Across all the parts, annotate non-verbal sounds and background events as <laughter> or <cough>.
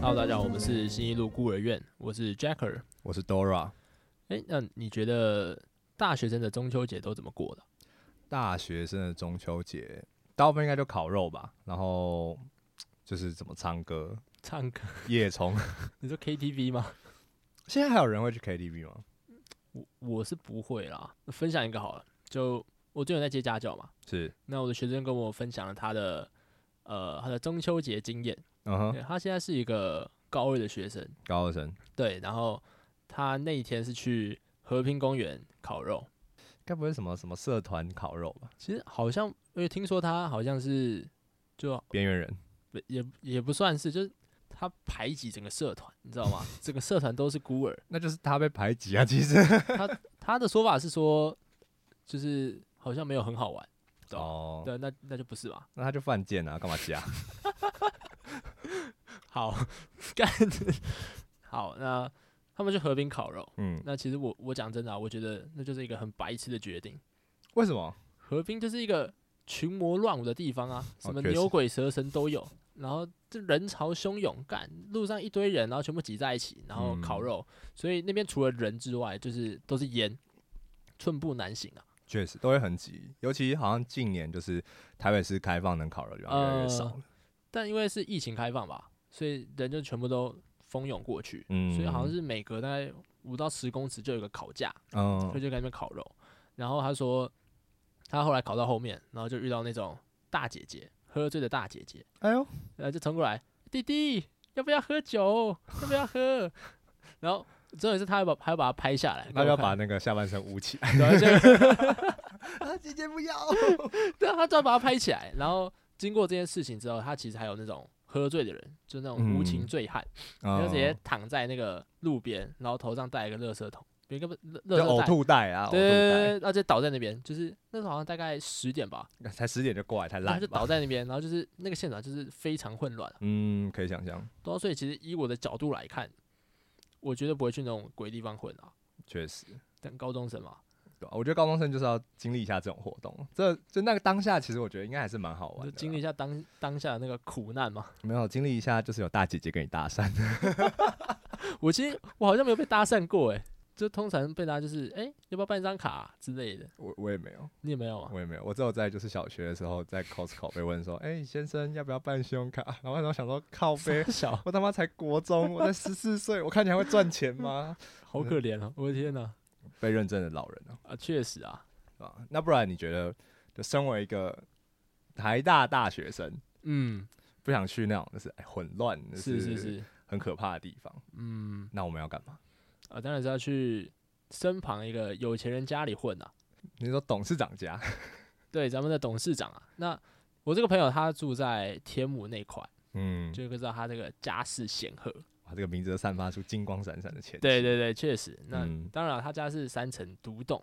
Hello，大家好，我们是新一路孤儿院，我是 Jacker。我是 Dora。哎、那你觉得大学生的中秋节都怎么过的？大学生的中秋节，大部分应该就烤肉吧，然后就是怎么唱歌、唱歌？ <laughs> 夜冲。 <laughs> 你说 KTV 吗？现在还有人会去 KTV 吗？我我是不会啦。分享一个好了，就我最近有在接家教嘛，是，那我的学生跟我分享了他的呃他的中秋节经验。嗯哼，对他现在是一个高二的学生，高二生，对，然后他那一天是去和平公园烤肉，该不会什么什么社团烤肉吧？其实好像因为听说他好像是就边缘人，不也也不算是，就是他排挤整个社团，你知道吗？整个社团都是孤儿。那就是他被排挤 <laughs> 啊。其实，他的说法是说，就是好像没有很好玩，对吧哦，对，那那就不是吧？那他就犯贱啊，干嘛 <laughs> 加？好，干，好，那他们去河滨烤肉。嗯，那其实我我讲真的、啊，我觉得那就是一个很白痴的决定。为什么？河滨就是一个群魔乱舞的地方啊，什么哦确实牛鬼蛇神都有，然后这人潮汹涌，干路上一堆人，然后全部挤在一起，然后烤嗯肉，所以那边除了人之外，就是都是烟，寸步难行啊。确实都会很急，尤其好像近年就是台北市开放能烤肉的地方越来越少了。但因为是疫情开放吧，所以人就全部都蜂拥过去，嗯，所以好像是每隔大概五到十公尺就有一个烤架，所以 <laughs> 嗯，就在那边烤肉。然后他说，他后来烤到后面，然后就遇到那种大姐姐，喝醉的大姐姐，哎呦，然后呃就冲过来，弟弟要不要喝酒？要不要喝？ <laughs> 然后重点是他还把还要把它拍下来，那就给要我把看那个下半身捂起来。对啊就 <laughs> <laughs> 啊，姐姐不要。对啊，他就要把它拍起来。然后经过这件事情之后，他其实还有那种喝醉的人，就那种无情嗯醉汉， <laughs> 嗯 <laughs> 他就直接躺在那个路边，然后头上带一个垃圾桶，别个垃就垃呕圾袋。吐袋啊，呕对对对，吐对然后就倒在那边，就是那时候好像大概十点吧，袋，才十点就过来，太然烂后就了吧。倒在那边，然后就是那个现场就是非常混乱、啊，嗯，可以想象，对啊、所以其实以我的角度来看，我绝对不会去那种鬼地方混啊，确实，但高中生嘛，对吧、啊我觉得高中生就是要经历一下这种活动，这就那个当下，其实我觉得应该还是蛮好玩就的。经历一下当当下的那个苦难嘛。没有经历一下，就是有大姐姐跟你搭讪， <laughs> 我其实我好像没有被搭讪过诶、就通常被大家就是诶，要不要办一张卡啊、之类的，我我也没有，你也没有啊？。我也没有，我只有在就是小学的时候在 Costco 被问说，哎、先生要不要办信用卡？ <laughs> 然后那时候想说靠背小，我他妈才国中，我才十四 <laughs> 岁，我看起来会赚钱吗？ <laughs> 好可怜哦！我的天哪，被认证的老人啊，啊，确实啊，对吧？那不然你觉得，就身为一个台大大学生，嗯，不想去那种就是哎混乱，就是是是，很可怕的地方。嗯，那我们要干嘛？啊，当然是要去身旁一个有钱人家里混啊。你说董事长家，对，咱们的董事长啊，那我这个朋友他住在天母那块，嗯，就可以知道他这个家世显赫。哇，这个名字散发出金光闪闪的钱。对，对对，确实。那、嗯当然了，他家是三层独栋，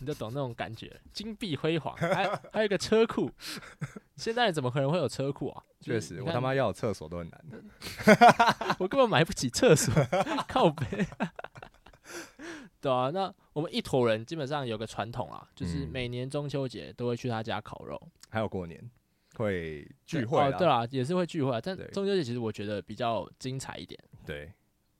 你就懂那种感觉了，金碧辉煌，还还有一个车库。现在人怎么可能会有车库啊？就确是实，你我他看妈要有厕所都很难。我根本买不起厕所，靠背。 <laughs> 对啊，那我们一坨人基本上有个传统啊，就是嗯每年中秋节都会去他家烤肉还有过年会聚对会哦，对啦，啦，也是会聚会啊，但对中秋节其实我觉得比较精彩一点。对，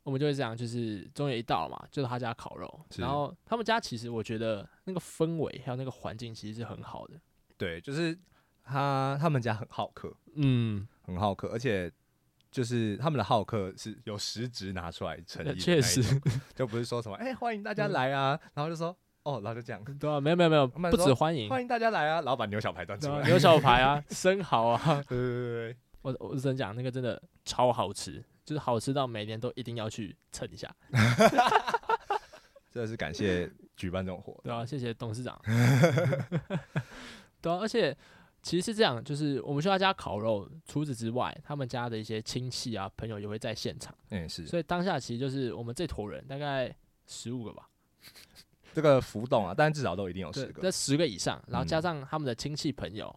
我们就会这样，就是中间一到了嘛，就是他家烤肉，是然后他们家其实我觉得那个氛围还有那个环境其实是很好的，对，就是他他们家很好客，嗯，很好客，而且。就是他们的好客是有实质拿出来诚意的那一种，呃确实，嗯就不是说什么哎、欢迎大家来啊，然后就说哦，然后就这样，对啊，没有没有没有，他们不说止欢迎，欢迎大家来啊，然后把牛小排端出对啊来，牛小排 <laughs> 啊，生蚝啊，对对对 <laughs> 对，我我只能讲那个真的超好吃，就是好吃到每年都一定要去蹭一下，真的是感谢举办这种活动。对啊，谢谢董事 <laughs> 长，对啊，而且其实是这样，就是我们去他家烤肉，除此之外，他们家的一些亲戚啊朋友也会在现场，嗯，是所以当下其实就是我们这坨人大概十五个吧。这个浮动啊，但至少都一定有对十，个在。十个以上，然后加嗯上他们的亲戚朋友，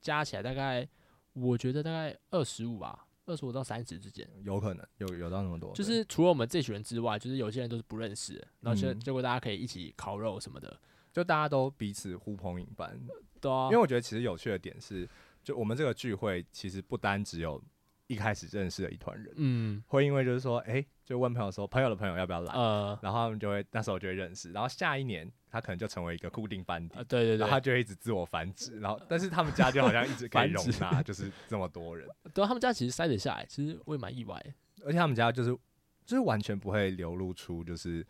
加起来大概，我觉得大概二十五吧，二十五到三十之间。有可能有有到那么多，就对是除了我们这群人之外，就是有些人都是不认识的，然后就嗯结果大家可以一起烤肉什么的，就大家都彼此呼朋引伴。对啊因为，我觉得其实有趣的点是，就我们这个聚会其实不单只有一开始认识的一团人，嗯会因为就是说，哎、就问朋友说，朋友的朋友要不要来，呃然后他们就会那时候就会认识，然后下一年他可能就成为一个固定班 <laughs> 底呃，，对对然后他对，就会一直自我繁殖，然后但是他们家就好像一直可以 <laughs> 容繁殖纳就是这么多人，对啊他们家其实塞得下来，其实我也蛮意外的。而且他们家就是就是完全不会流露出就是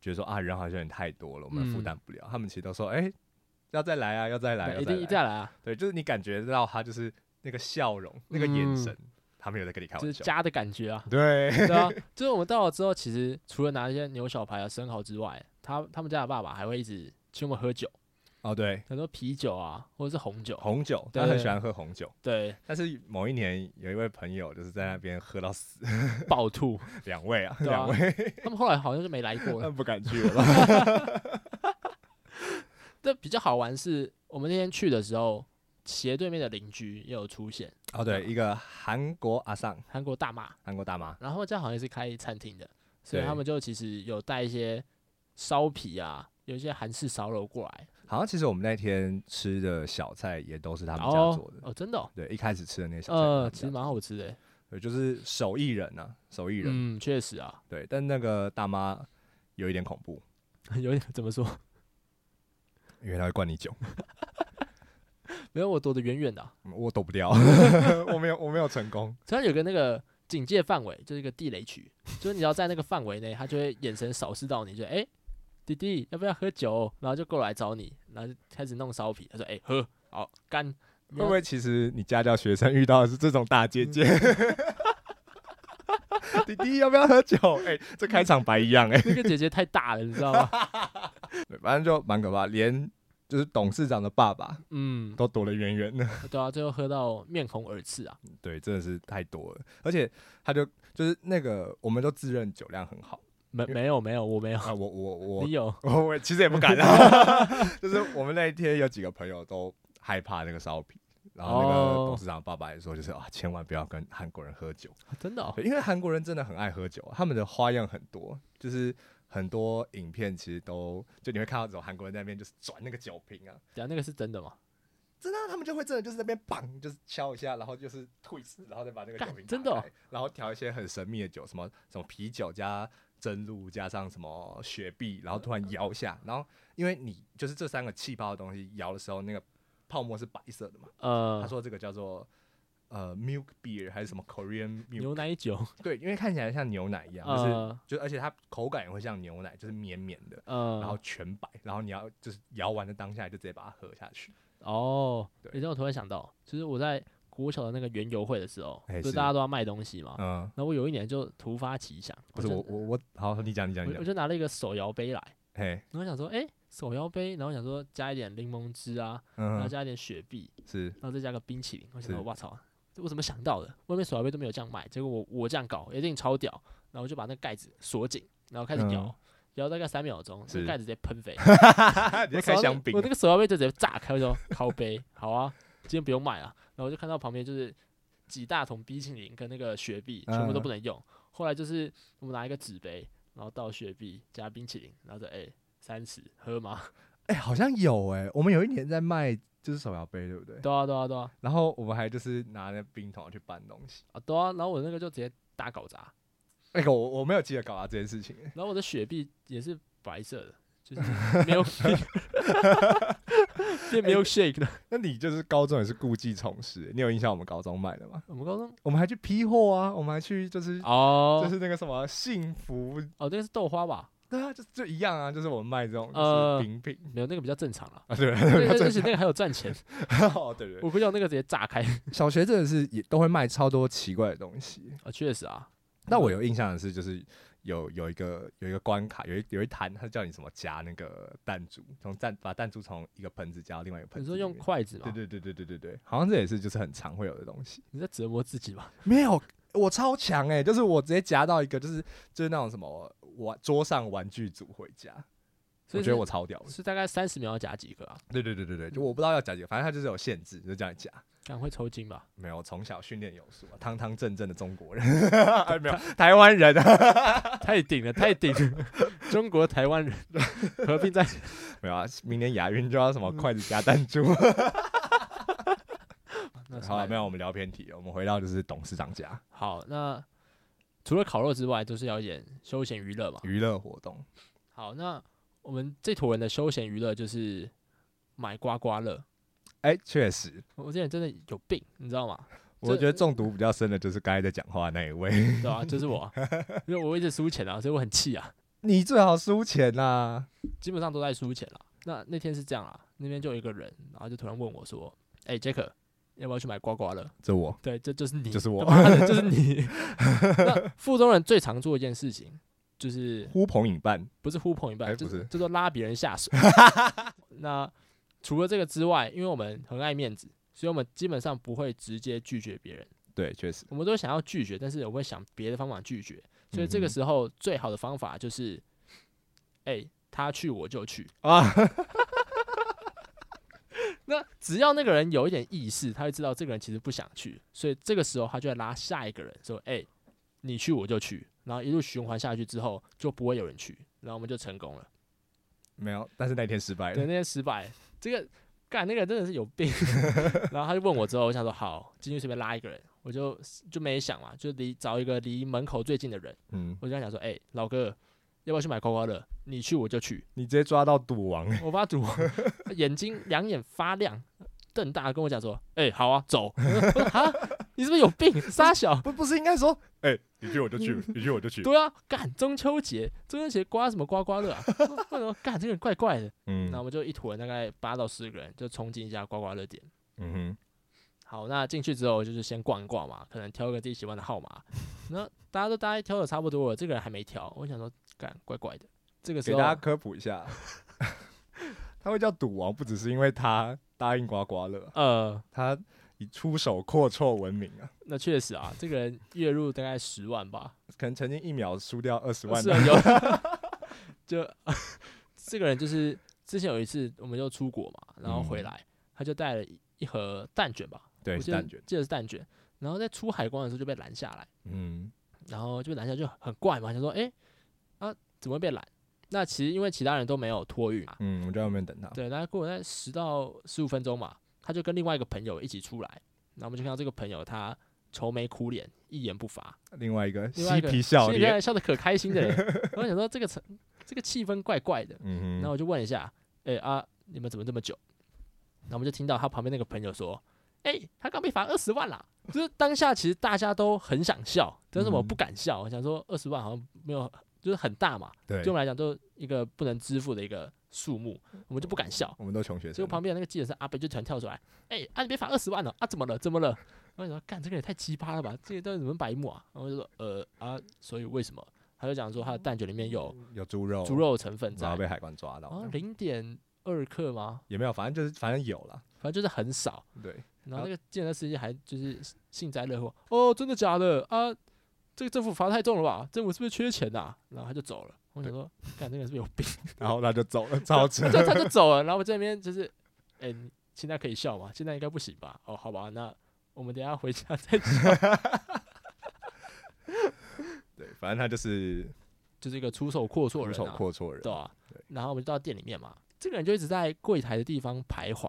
觉得说啊人好像有点太多了，我们负嗯担不了，他们其实都说，哎、要再来啊，要再对来，要一再定来一定要来啊！对，就是你感觉到他就是那个笑容、那个眼嗯神，他没有在跟你开就是玩笑。，家的感觉啊对， <laughs> 对啊，就是我们到了之后，其实除了拿一些牛小排啊、生蚝之外，他他们家的爸爸还会一直请我们喝酒， <laughs> 哦对，很多啤酒啊，或者是红酒。红酒，对他很喜欢喝红酒。 <laughs> 对，但是某一年有一位朋友就是在那边喝到死，暴吐。两位啊，对啊两位，他们后来好像就没来过 <laughs> 那了。 <laughs> 不敢去了吧？但比较好玩是，我们那天去的时候，斜对面的邻居也有出现，哦对，一个韩国阿桑，韩国大妈。韩国大妈，然后这好像也是开餐厅的，所以对他们就其实有带一些烧皮啊，有一些韩式烧肉过来。好像其实我们那天吃的小菜也都是他们家做哦的。哦，真的、哦，对，一开始吃的那些小菜，呃，其实是吗？蛮好吃的欸。对，就是手艺人啊，手艺人。嗯，确实啊， <laughs> 对，但那个大妈有一点恐怖，有点怎么说？因为她会灌你酒。没有我躲得远远的啊、嗯我躲 <laughs> 不掉，我没有，我没有成功。虽然有个那个警戒范围，就是一个地雷区， <laughs> 就是你要在那个范围内，他就会眼神扫视到你，就哎、诶弟弟要不要喝酒？然后就过来找你，然后就开始弄烧皮。他说哎、诶喝，好干。会不会其实你家教学生遇到的是这种大姐姐？嗯 <laughs> 弟弟要不要喝酒？哎、这开场白一样哎、那个姐姐太大了，你知道 <laughs> 吗？对反正就蛮可怕，连就是董事长的爸爸嗯，都躲得远远的。对啊，最后喝到面红耳赤啊。对，真的是太多了，而且他就就是那个，我们都自认酒量很好没没有没有，我没有，啊，我我我你有？我 <laughs> 我其实也不敢啊，就是我们那一天有几个朋友都害怕那个烧饼，然后那个哦董事长爸爸也说，就是啊，千万不要跟韩国人喝酒，真的、哦？对因为韩国人真的很爱喝酒，啊他们的花样很多，就是很多影片其实都就你会看到走韩国人在那边就是转那个酒瓶啊，等下那个是真的吗？真的啊、他们就会真的就是在那边绑，就是敲一下，然后就是 twist，然后再把那个酒干瓶真打的哦开然后调一些很神秘的酒，什么什么啤酒加蒸露加上什么雪碧，然后突然摇一下，然后因为你就是这三个气泡的东西摇的时候，那个泡沫是白色的嘛，他呃，说这个叫做。呃，milk beer 还是什么 Korean milk？牛奶酒，对，因为看起来像牛奶一样，就是呃就而且它口感也会像牛奶，就是绵绵的，呃，然后全白，然后你要就是摇完的当下就直接把它喝下去。哦，对你让我突然想到，就是我在国小的那个园游会的时候，哎不是是大家都要卖东西嘛？嗯，然后我有一年就突发奇想，不是就我我我，好，你讲你讲你我我讲，就拿了一个手摇杯来，嘿，然后想说，哎、手摇杯，然后想说加一点柠檬汁啊，然后嗯，加一点雪碧，是然后再加个冰淇淋。我想是说，我操，这我怎么想到的？外面手摇杯都没有这样卖，结果我我这样搞，一定超屌。然后我就把那个盖子锁紧，然后开始摇，嗯摇大概三秒钟，这是个盖子直接喷飞，你在开手摇香杯槟我那个手摇杯就直接炸开，我就说靠杯，好啊，今天不用卖了。然后我就看到旁边就是几大桶冰淇淋跟那个雪碧，全部都嗯不能用。后来就是我们拿一个纸杯，然后倒雪碧加冰淇淋，然后就哎三十喝吗？ <laughs> 哎，好像有哎，我们有一年在卖就是手摇杯，对不对？对啊对啊对啊然后我们还就是拿那冰桶去搬东西。啊对啊，然后我那个就直接大搞砸。那个我我没有记得搞到这件事情，然后我的雪碧也是白色的，就是 <laughs> 没有变没有 shake 的。 <laughs> 那你就是高中也是故技重施，你有印象我们高中卖的吗？我们高中我们还去批货啊，我们还去就是哦就是那个什么幸福哦，那个是豆花吧？对啊，就就一样啊，就是我们卖这种就是呃饼品、没有，那个比较正 <laughs> 常了。啊，对那对个而且那个还有赚钱，对，哦对对，我估计我那个直接炸开。 <laughs> 小学真的是也都会卖超多奇怪的东西。啊，确实啊，但我有印象的是，就是有有一个有一个关卡，有一有一摊，他叫你什么夹那个弹珠，从弹把弹珠从一个盆子夹到另外一个盆你子说里面，用筷子对嘛？对对对对对对，好像这也是就是很常会有的东西。你在折磨自己吧？没有，我超强哎、就是我直接夹到一个，就是就是那种什么玩桌上玩具组回家，所我以觉是得我超屌的。是大概三十秒要夹几个啊？对对对对对，就我不知道要夹几个，反正它就是有限制，就这样夹。敢会抽筋 <laughs> 吧？没有，从小训练有素、啊，堂堂正正的中国人， <laughs> 哎、没有台湾人啊， <laughs> 太顶了，太顶了！中国台 <laughs> 湾人合并在没有啊，明年亚运就要什么筷子夹弹珠。那好、啊，没有有，我们聊偏题了，我们回到就是董事长家好。那除了烤肉之外，就是要一点休闲娱乐嘛。娱乐活动，好，那我们这坨人的休闲娱乐就是买刮刮乐。哎、确实，我这人真的有病，你知道吗？我这觉得中毒比较深的就是刚才在讲话那一 <laughs> 位，对吧、就是我啊，因为我一直输钱啊，所以我很气啊，你最好输钱啊啦、基本上都在输钱了。那那天是这样啊，那边就有一个人，然后就突然问我说：“哎、杰克，要不要去买刮刮乐这我？”对，这就是你，就是我他妈的就是你。 <laughs> 那附中人最常做一件事情，就是呼朋引伴，不是呼朋引伴，哎就不是就说拉别人下 <laughs> 水。那除了这个之外，因为我们很爱面子，所以我们基本上不会直接拒绝别人。对，确实，我们都想要拒绝，但是我会想别的方法拒绝。所以这个嗯哼时候最好的方法就是，哎、他去我就去啊。 <laughs> 那只要那个人有一点意识，他会知道这个人其实不想去，所以这个时候他就会拉下一个人说：“哎、你去我就去。”然后一路循环下去之后，就不会有人去，然后我们就成功了。没有，但是那天失败对，了，那些失败，这个干那个人真的是有 <laughs> 病。然后他就问我之后，我想说好，进去随便拉一个人，我就就没想嘛，就离找一个离门口最近的人。嗯，我就跟他讲说，哎、老哥，要不要去买刮刮乐？你去我就去。你直接抓到赌王，我把赌眼睛两眼发亮，瞪大跟我讲说，哎、好啊，走。 <laughs> 我说哈，你是不是有病？傻小。不不是应该说， <laughs> 哎、你去我就去， <laughs> 你去我就去，对啊，干中秋节，中秋节刮什么刮刮乐啊？ <laughs> 为什么干这个人怪怪的？嗯那我们就一坨人，大概八到十个人，就冲进一家刮刮乐店。嗯哼，好，那进去之后就是先逛一逛嘛，可能挑一个自己喜欢的号码。那大家都大概挑的差不多了，这个人还没挑，我想说，干怪怪的。这个时给候大家科普一下， <laughs> 他会叫赌王，不只是因为他答应刮刮乐，呃，他以出手阔绰闻名啊，那确实啊，这个人月入大概十万吧，可能曾经一秒输掉二十万是的，啊， <laughs> 有就这个人就是之前有一次我们就出国嘛，然后回嗯来、他就带了一一盒蛋卷吧，对，我记是得蛋卷，记得是蛋卷，然后在出海关的时候就被拦下来，嗯，然后就被拦下来就很怪嘛，想说诶，啊怎么会被拦？那其实因为其他人都没有托运嘛，嗯，我在外面等他。对，大概过了十到十五分钟嘛，他就跟另外一个朋友一起出来，然后我们就看到这个朋友他愁眉苦脸，一言不发。另外一个另外嬉一个皮笑嬉皮脸，笑的可开心的人。我想说这个层这个气氛怪怪的，嗯然后哼，我就问一下，哎、啊，你们怎么这么久？然后我们就听到他旁边那个朋友说，哎、他刚被罚二十万啦。就是当下其实大家都很想笑，但是我嗯不敢笑。我想说二十万好像没有，就是很大嘛，对对我，们来讲都一个不能支付的一个数目，我们就不敢笑。我们都穷学结生果，旁边的那个记者是阿北就突然跳出来，哎、啊你被罚二十万了啊怎么了怎么了？然后你说干这个也太鸡巴了吧，这个到底怎么白目啊？然后我就说呃啊，所以为什么？他就讲说他的蛋卷里面有有猪肉，猪，肉成分在，哦然好后被海关抓到像，啊零点二克吗？也没有，反正就是反正有了，反正就是很少。对，然后那个记者司机还就是幸灾乐祸，哦真的假的啊？这个政府罚太重了吧？政府是不是缺钱呐、然后他就走了。我想说，干这个人是不是有病？ <laughs> <laughs> 然后他就走了，超扯，就他就走了。然后我这边就是，哎、你现在可以笑吗？现在应该不行吧？哦，好吧，那我们等一下回家再笑。对， <laughs> 反正他就是就是一个出手阔绰出人、啊，手阔绰人对，吧、对然后我们就到店里面嘛，这个人就一直在柜台的地方徘徊。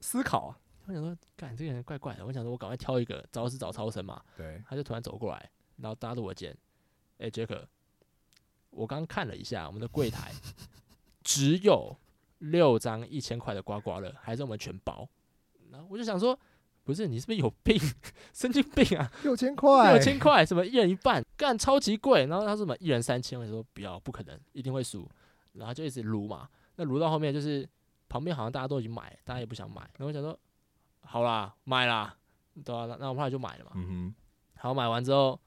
思考啊，我想说，干这个人怪怪的。我想说，我赶快挑一个招式找超生嘛。对，他就突然走过来，然后搭着我肩，哎、杰克，我刚看了一下我们的柜台，只有六张一千块的刮刮乐，还是我们全包。然后我就想说，不是你是不是有病， <laughs> 神经病啊！六千块，六千块什么一人一半，干超级贵。然后他说什么一人三千，我就说不要，不可能，一定会输。然后就一直撸嘛，那撸到后面就是旁边好像大家都已经买了，大家也不想买。然后我想说，好啦，买啦，对啊，那那我们后来就买了嘛。嗯好，买完之后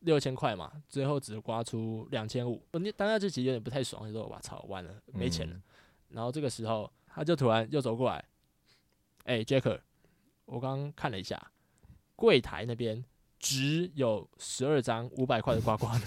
六千块嘛，最后只刮出两千五。我那当下就其实有点不太爽，就说哇操，完了，哼，没钱了。嗯，然后这个时候他就突然又走过来，哎、杰克，我刚刚看了一下，柜 <laughs> 台那边只有十二张五百块的刮刮乐。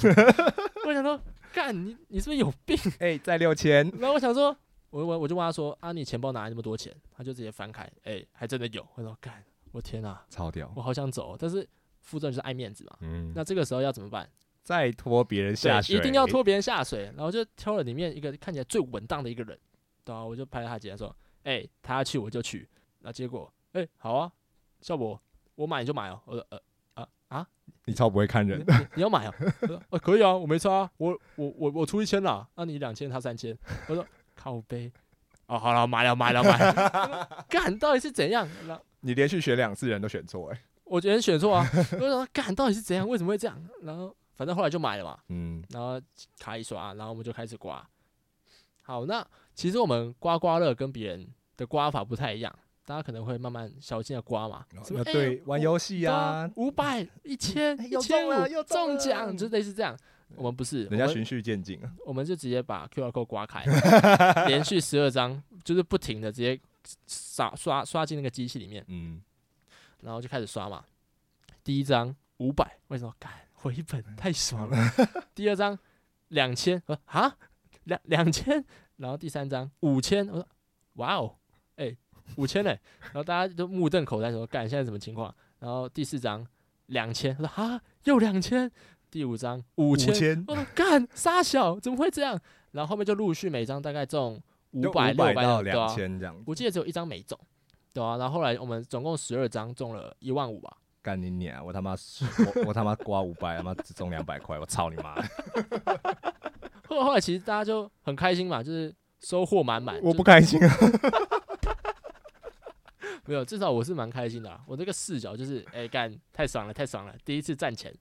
我想说，干你你是不是有病？哎、再六千，然后我想说，我我我就问他说啊，你钱包哪来那么多钱？他就直接翻开，哎、还真的有。我说干，我天啊，超屌，我好想走，哦但是副正就是爱面子嘛。嗯，那这个时候要怎么办？再拖别人下对，水，一定要拖别人下水。然后就挑了里面一个看起来最稳当的一个人，对啊，我就拍他肩说：“哎、他要去我就去。”那结果，哎、好啊，笑博，我买你就买哦。我说：“呃啊啊，你超不会看你人你，你要买哦？”我说：“呃，可以啊，我没差啊、我我我我出一千啦，那你两千，他三千。”我说：“靠背。”哦，好了，买了买了买了，干到底是怎样？然后你连续选两次人都选错、哎，我觉得选错啊，我就想说干到底是怎样？为什么会这样？然后反正后来就买了嘛，嗯，然后卡一刷，然后我们就开始刮。好，那其实我们刮刮乐跟别人的刮法不太一样，大家可能会慢慢小心的刮嘛，什么哦哎要对、玩游戏啊，，五百、一千、哎一又千中了五又中中了嗯奖，就类似这样。我们不是，人家我们循序渐进啊，我们就直接把 QR code 刮 <laughs> 开，连续十二张，就是不停的直接刷刷刷进那个机器里面，嗯，然后就开始刷嘛。第一张五百，为什么？干回本太爽了。第二张两千，我说啊两两千，然后第三张五千，我说哇哦，哎、五千嘞，然后大家都目瞪口呆说干现在什么情况？然后第四张两千，我说啊又两千，第五张五五千，千，我说干傻小怎么会这样？然后后面就陆续每张大概中五就百500六百到对啊两千这样，我记得只有一张没中，对啊，然后后来我们总共十二张中了一万五吧， <laughs> 干你娘！我他妈，我我他妈刮五百，他妈只中两百块，我操你 <laughs> 妈！后后来其实大家就很开心嘛，就是收获满满。就开心啊！没有，至少我是蛮开心的、啊。我这个视角就是，哎、干太爽了，太爽了，第一次赚 <laughs> 钱。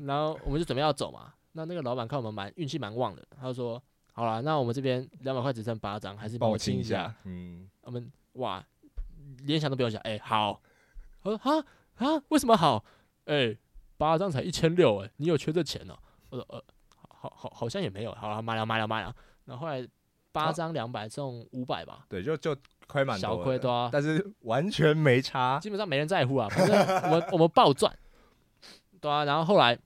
然后我们就准备要走嘛，那那个老板看我们蛮运气蛮旺的，他就说：“好啦，那我们这边两百块只剩八张，还是帮帮我我清清一一下。下，嗯，我们哇，连想都不用想，哎、好。我说哈啊，为什么好？哎、八张才一千六，哎，你有缺这钱呢、我说呃，好好好像也没有，好了，买了买了买了。然后后来八好张两百中五百吧，对，就就亏蛮多小的亏对啊，但是完全没差，基本上没人在乎啊，反正我们我们暴赚，对啊。然后后来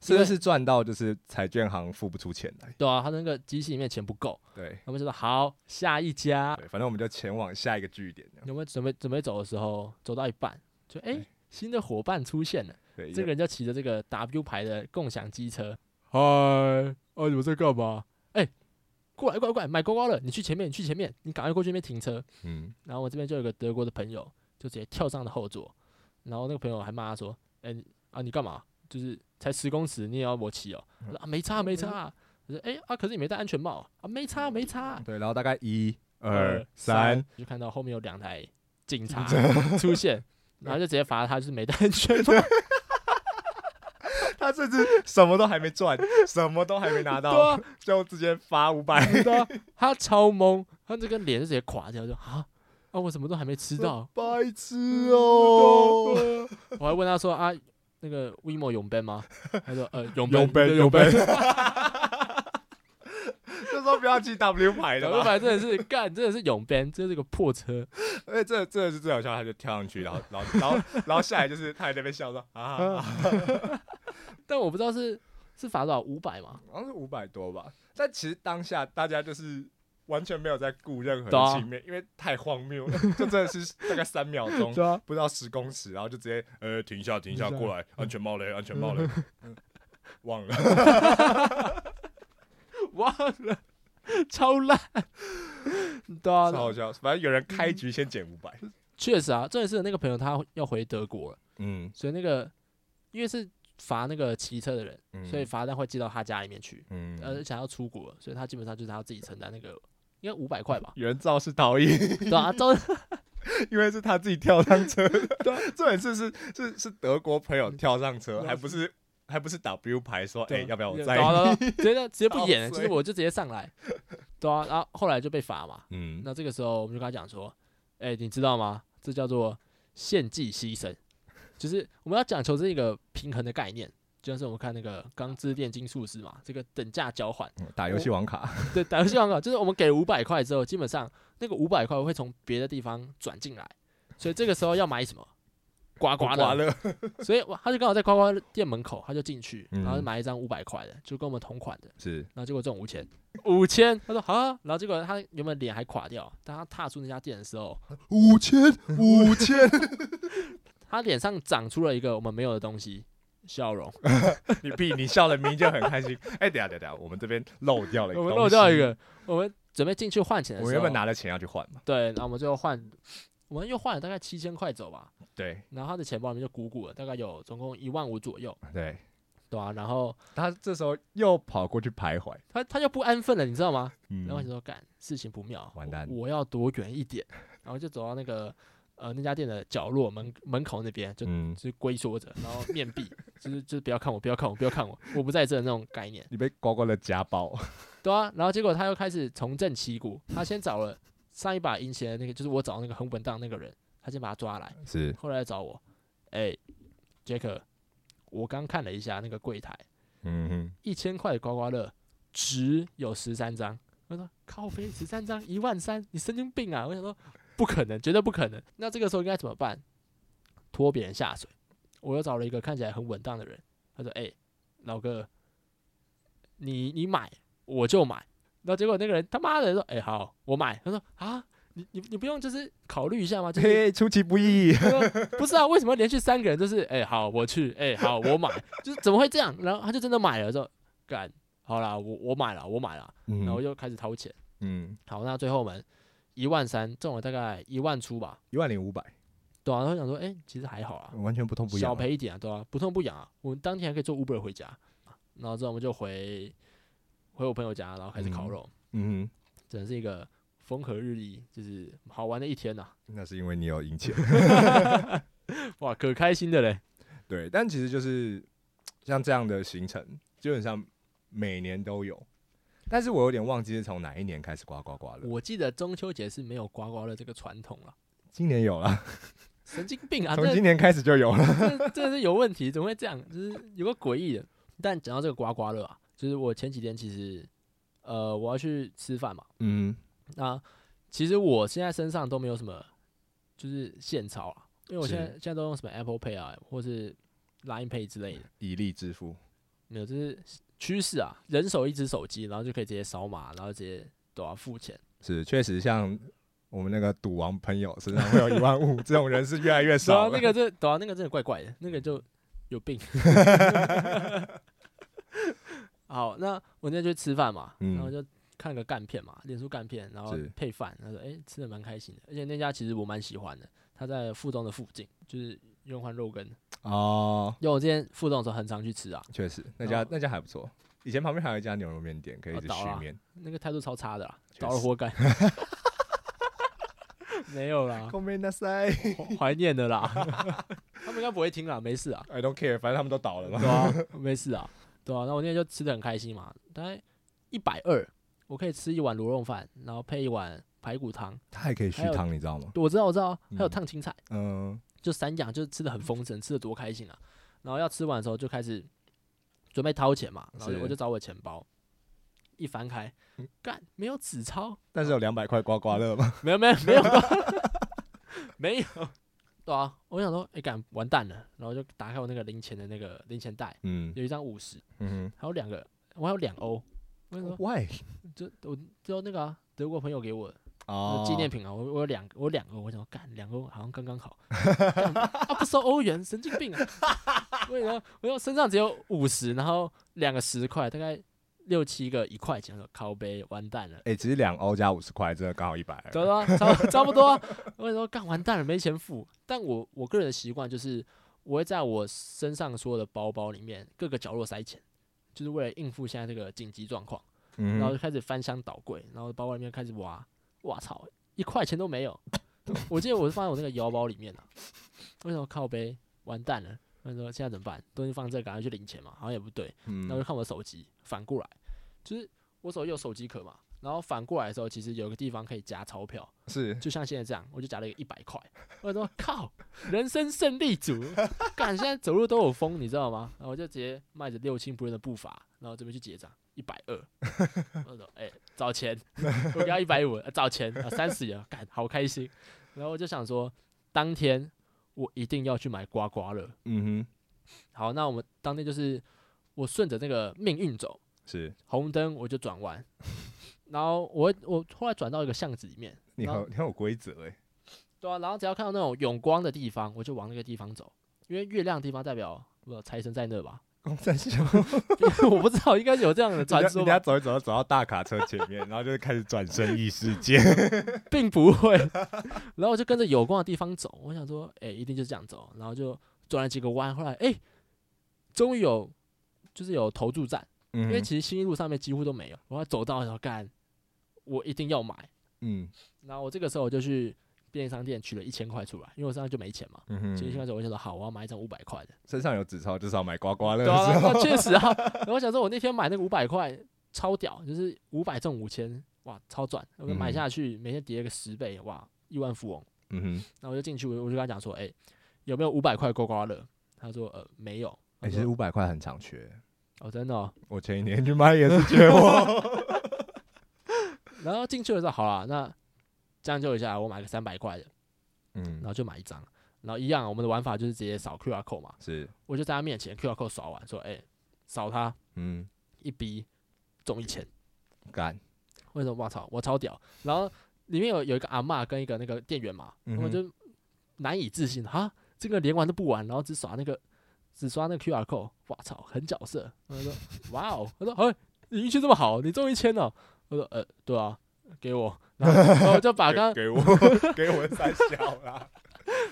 甚至是赚到就是彩券行付不出钱来。对啊，他那个机器里面钱不够，对我们就说好下一家。对，反正我们就前往下一个据点。我们准备准备走的时候，走到一半就哎、哎新的伙伴出现了。对，这个人就骑着这个 W 牌的共享机车，嗨，啊，你们在干嘛？哎、过来，过来，过来，买刮刮乐，你去前面，你去前面，你赶快过去那边停车。嗯，然后我这边就有个德国的朋友，就直接跳上了后座，然后那个朋友还骂他说，哎、你啊，你干嘛？就是才十公尺，你也要我骑哦？我说啊，没差，没差。我说哎、啊，可是你没戴安全帽啊，没差，没差。嗯对，然后大概一二三，，就看到后面有两台警察出现，然后就直接罚他，就是没戴安全帽。 <laughs> 他甚至什么都还没赚，什么都还没 <laughs> 拿对啊到，就直接发五百。，对啊，他超懵，他这个脸就直接垮掉，就啊啊，我什么都还没吃到白痴哦！我还问他说啊，那个 WeMo 永 Ben 吗？他说呃永有 Ben 本对有永本 Ben，， <laughs> 就说不要记 W 牌的永吧。 Ben 真的是干，真的是永 Ben，这是个破车，而且这这是最好笑，他就跳上去，然后然后然后然后下来就是他在那边笑说嗯啊，但我不知道是是罚多少五百嘛，好像是五百多吧。但其实当下大家就是完全没有在顾任何对啊的情面，因为太荒谬了，就真的是大概三秒钟，对啊，不到十公尺，然后就直接呃停下停下停下过来，安全帽嘞安全帽嘞， <laughs> 嗯忘了。忘了，超烂，对啊，超好笑。反正有人嗯开局先减五百，确实啊，重点是那个朋友他要回德国了，嗯，所以那个因为是罚那个骑车的人，所以罚单会寄到他家里面去。嗯？呃，想要出国了，所以他基本上就是他要自己承担那个，应该五百块吧原照是逃逸，对啊， <laughs> 招因为是他自己跳上车 <laughs> 的。重点是是是是德国朋友跳上车，嗯还不是还不是 W 牌说，哎，要不要我载对啊对你？啊对啊 <laughs> 直接这样直接不演了，好就衰是我就直接上来，对啊，然后后来就被罚嘛。嗯，那这个时候我们就跟他讲说，哎、你知道吗？这叫做献祭牺牲，就是我们要讲求这个平衡的概念，就像是我们看那个《钢之炼金术师》嘛，这个等价交换。打游戏网卡，对，打游戏广告就是我们给五百块之后，基本上那个五百块会从别的地方转进来，所以这个时候要买什么？刮刮刮乐，乐，所以哇他就刚好在刮刮乐店门口，他就进去，然后就嗯买一张五百块的，就跟我们同款的， <laughs> 是然后结果中五千，五千，他说好、啊，然后结果他原本脸还垮掉，但他踏出那家店的时候，五千五千，他脸上长出了一个我们没有的东西，笑容， <laughs> 你屁，你笑了，明明就很开心。 <laughs> 哎、等一下等一下等一下，我们这边漏掉了一个，我们漏掉一，个，我们准备进去换钱的我时候，们原本拿了钱要去换嘛，对，然后我们最后换，我们又换了大概七千块走吧，对然后他的钱包里面就鼓鼓的，大概有总共一万五左右，对，对啊，然后 <laughs> 他这时候又跑过去徘徊，他他又不安分了，你知道吗？嗯然后我想说干事情不妙，完我蛋我要躲远一点，然后就走到那个呃那家店的角落门门口那边，就嗯，就是龟缩着，然后面壁，就是就是不要看我，不要看我，不要看我，我不在这的那种概念，你被刮刮乐家 <laughs> 暴，对啊。然后结果他又开始重振旗鼓，他先找了上一把赢钱的那个，就是我找那个很稳当那个人，他先把他抓来，是后来找我，哎、杰克，我刚看了一下那个柜台，嗯哼，一千块的刮刮乐只有十三张。我说靠飞十三张一万三，你神经病啊！我想说不可能，绝对不可能。那这个时候应该怎么办？拖别人下水。我又找了一个看起来很稳当的人，他说：“哎、老哥，你你买我就买。”然后结果那个人他妈的说：“哎、好，我买。”他说：“啊，你你你不用就是考虑一下吗？就是嘿，出其不意， <laughs> 不是啊，为什么连续三个人都是哎、好我去哎、好我买， <laughs> 就是怎么会这样？然后他就真的买了，说干好啦，我我买了我买了，嗯然后又开始掏钱。嗯，好，那最后我们一万三中了大概一万出吧，一万零五百，对啊，然后想说哎、其实还好啊，完全不痛不小痒，赔一点啊，对啊，不痛不痒啊。我们当天还可以坐 Uber 回家，然后之后我们就回回我朋友家，然后开始烤嗯肉，嗯真的是一个风和日丽，就是好玩的一天呐、哼，那是因为你有赢钱。 <laughs> 哇，可开心的嘞。对，但其实就是像这样的行程，基本上每年都有。但是我有点忘记是从哪一年开始刮刮刮了。我记得中秋节是没有刮刮乐这个传统啊了。今年有了，神经病 <laughs> 啊！从这今年开始就有了。这这是有问题，怎么会这样？就是有个诡异的。但讲到这个刮刮乐啊，就是我前几天其实，呃，我要去吃饭嘛，嗯，那其实我现在身上都没有什么，就是现钞啊，因为我现在是现在都用什么 Apple Pay 啊，或是 Line Pay 之类的， <laughs> 以利致富，没有，就是趋势啊，人手一只手机，然后就可以直接扫码，然后直接都要付钱。是确实像我们那个赌王朋友身上会有一万五，这种人是越来 <laughs> 越对少啊了。，那个这对啊，那个真的怪怪的，那个就有 <laughs> 病。好，那我那天去吃饭嘛，嗯然后就看个干片嘛，脸书干片，然后是配饭，他说哎、诶吃的蛮开心的，而且那家其实我蛮喜欢的，他在附中的附近，就是永欢肉羹，哦，因为我之前附中的时候很常去吃啊，确实那然家后那家还不错。以前旁边还有一家牛肉面店，可以一哦直倒续了面，那个态度超差的啦，确倒了实活 <laughs> 该。没有啦，ごめんなさい怀怀念的 <laughs> 啦，他们应该不会听啦，没事啊。 I don't care，反正他们都倒了嘛。对啊， <laughs> 没事啊，对啊，那我那天就吃的很开心嘛，大概一百二，我可以吃一碗卤肉饭，然后配一碗排骨汤。他还可以续还有汤，你知道吗？我知道，我知道，还有嗯烫青菜，嗯，就三样，就吃的很丰盛，吃的多开心啊！然后要吃完的时候就开始准备掏钱嘛，然后是我就找我钱包，一翻开嗯，干没有纸钞，但是有两百块刮刮乐嘛。没有没有 <laughs> 没有没有，对啊，我想说，哎、干完蛋了，然后就打开我那个零钱的那个零钱袋，嗯有一张五十，嗯还有两个，我还有两欧。我跟你说， ，Why？就我就那个、啊、德国朋友给我的哦就是纪念品啊，我我有两我有两欧，我想说干两欧好像刚刚好，干啊不收欧元，神经病啊！为什么我我身上只有五十，然后两个十块，大概六七个一块钱，我说靠杯完蛋了。哎、其实两欧加五十块，真的刚好一百。对啊，差不差不多、啊。我跟你说，干完蛋了，没钱付。但我我个人的习惯就是，我会在我身上所有的包包里面各个角落塞钱，就是为了应付现在这个紧急状况。嗯然后就开始翻箱倒柜，然后包包里面开始挖，哇操，一块钱都没 <laughs> 有。我记得我是放在我那个腰包里面的、为什么靠背完蛋了？他说现在怎么办？东西放这，赶快去领钱嘛，好像也不对。然后就嗯看我的手机，反过来，就是我手机有手机壳嘛，然后反过来的时候，其实有个地方可以夹钞票，是就像现在这样，我就夹了一个一百块。我说靠，人生胜利组，干现在走路都有风，你知道吗？然后我就直接迈着六亲不认的步伐，然后这边去结账，一百二。我说哎、找钱，我给他一啊百五，呃找钱，三十元，干好开心。然后我就想说，当天我一定要去买刮刮乐。嗯哼，好，那我们当天就是我顺着这个命运走，是红灯我就转弯，然后我我后来转到一个巷子里面，你然后很你很有规 <laughs> 则哎，对啊，然后只要看到那种有光的地方，我就往那个地方走，因为月亮的地方代表不知道财神在那吧？ <laughs> 公山 <laughs> 小我不知道，应该有这样的人传家说人家吧，走一走，走到大卡车前 <laughs> 面，然后就开始转身异世界。啊并不会。 <laughs> 然后我就跟着有光的地方走，我想说，哎、一定就是这样走，然后就转了几个弯，后来哎、终于有就是有投注站，因因为其实新一路上面几乎都没有，我要走到的时候干，我一定要买。嗯然后我这个时候我就去便利商店取了一千块出来，因为我身上就没钱嘛。嗯取了一千哼，块之后，我就说好，我要买一张五百块的。身上有纸钞，至少买刮刮乐对。啊，那确实啊。然后我想说，我那天买那个五百块超屌，就是五百中五千，哇，超赚！我就买嗯下去，每天叠个十倍，哇，亿万富翁。嗯哼，那我就进去，我我就跟他讲说，哎、有没有五百块刮刮乐？他说呃没有。我哎，其实说五百块很常缺，哦真的、哦。我前一年去买也是缺 <laughs> 货。然后进去的时候，好啦，那这样就一下，我买个三百块的，然嗯，后就买一张。然后一样啊，我们的玩法就是直接扫 QR code 嘛，是，我就在他面前 QR code 扫完，说：“哎、扫他嗯，一逼中一千。干，”为什么？我操，我超屌！然后里面有有一个阿嬷跟一个那个店员嘛，嗯他哼们就难以置信哈，这个连玩都不玩，然后只刷那个只刷那个 QR code，哇操，很角色。他说：“ <laughs> 哇哦！”他说：“哎、你运气这么好，你中一千了。”我说：“呃，对啊，给我。”然后然后我就把刚 <laughs> 给我给我三小 <laughs> 啦。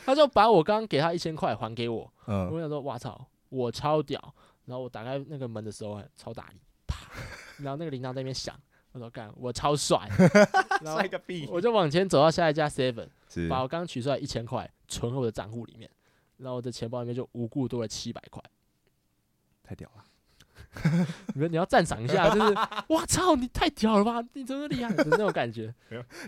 他就把我刚刚给他一千块还给我，嗯，我想说，哇操，我超屌！然后我打开那个门的时候，超大力，啪！然后那个铃铛在那边响，我说干，我超帅！然后帅个屁！我就往前走到下一家 Seven，是把我刚取出来一千块存回我的账户里面，然后我的钱包里面就无故多了七百块。太屌了。你们你要赞赏一下，就是 <laughs> 哇操，你太屌了吧，你真的厉害，就是那种感 <laughs> 觉。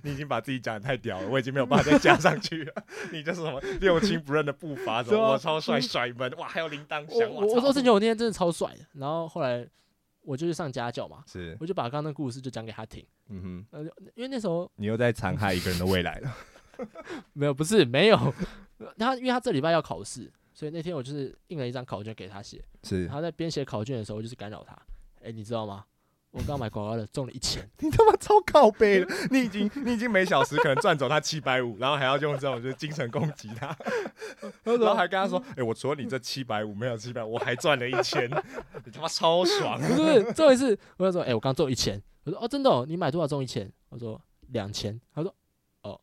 你已经把自己讲的太屌了，我已经没有办法再加上去了。 <laughs> 你就是什么六亲不认的步伐，什对啊么我超帅甩门，哇，还有铃铛我响，我我操说真的，我那天真的超帅的。然后后来我就去上家教嘛，是，我就把刚刚那故事就讲给他听，嗯哼，呃，因为那时候你又在残害一个人的未来了。没有，不是没有。他因为他这礼拜要考试，所以那天我就是印了一张考卷给他写。是然，后在编写考卷的时候，我就是干扰他。哎、你知道吗？我刚买刮刮乐中了一千，你他妈超靠背了，你已经你已经每小时可能赚走他七百五，然后还要用这种就是精神攻击 <laughs> 他，然后还跟他说，哎、我除了你这七百五没有七百，我还赚了一千， <laughs> 你他妈超爽啊不。是，重点是我就说，哎、我刚中一千。我说，哦，真的、哦，你买多少中一千？我说两千。他说，哦，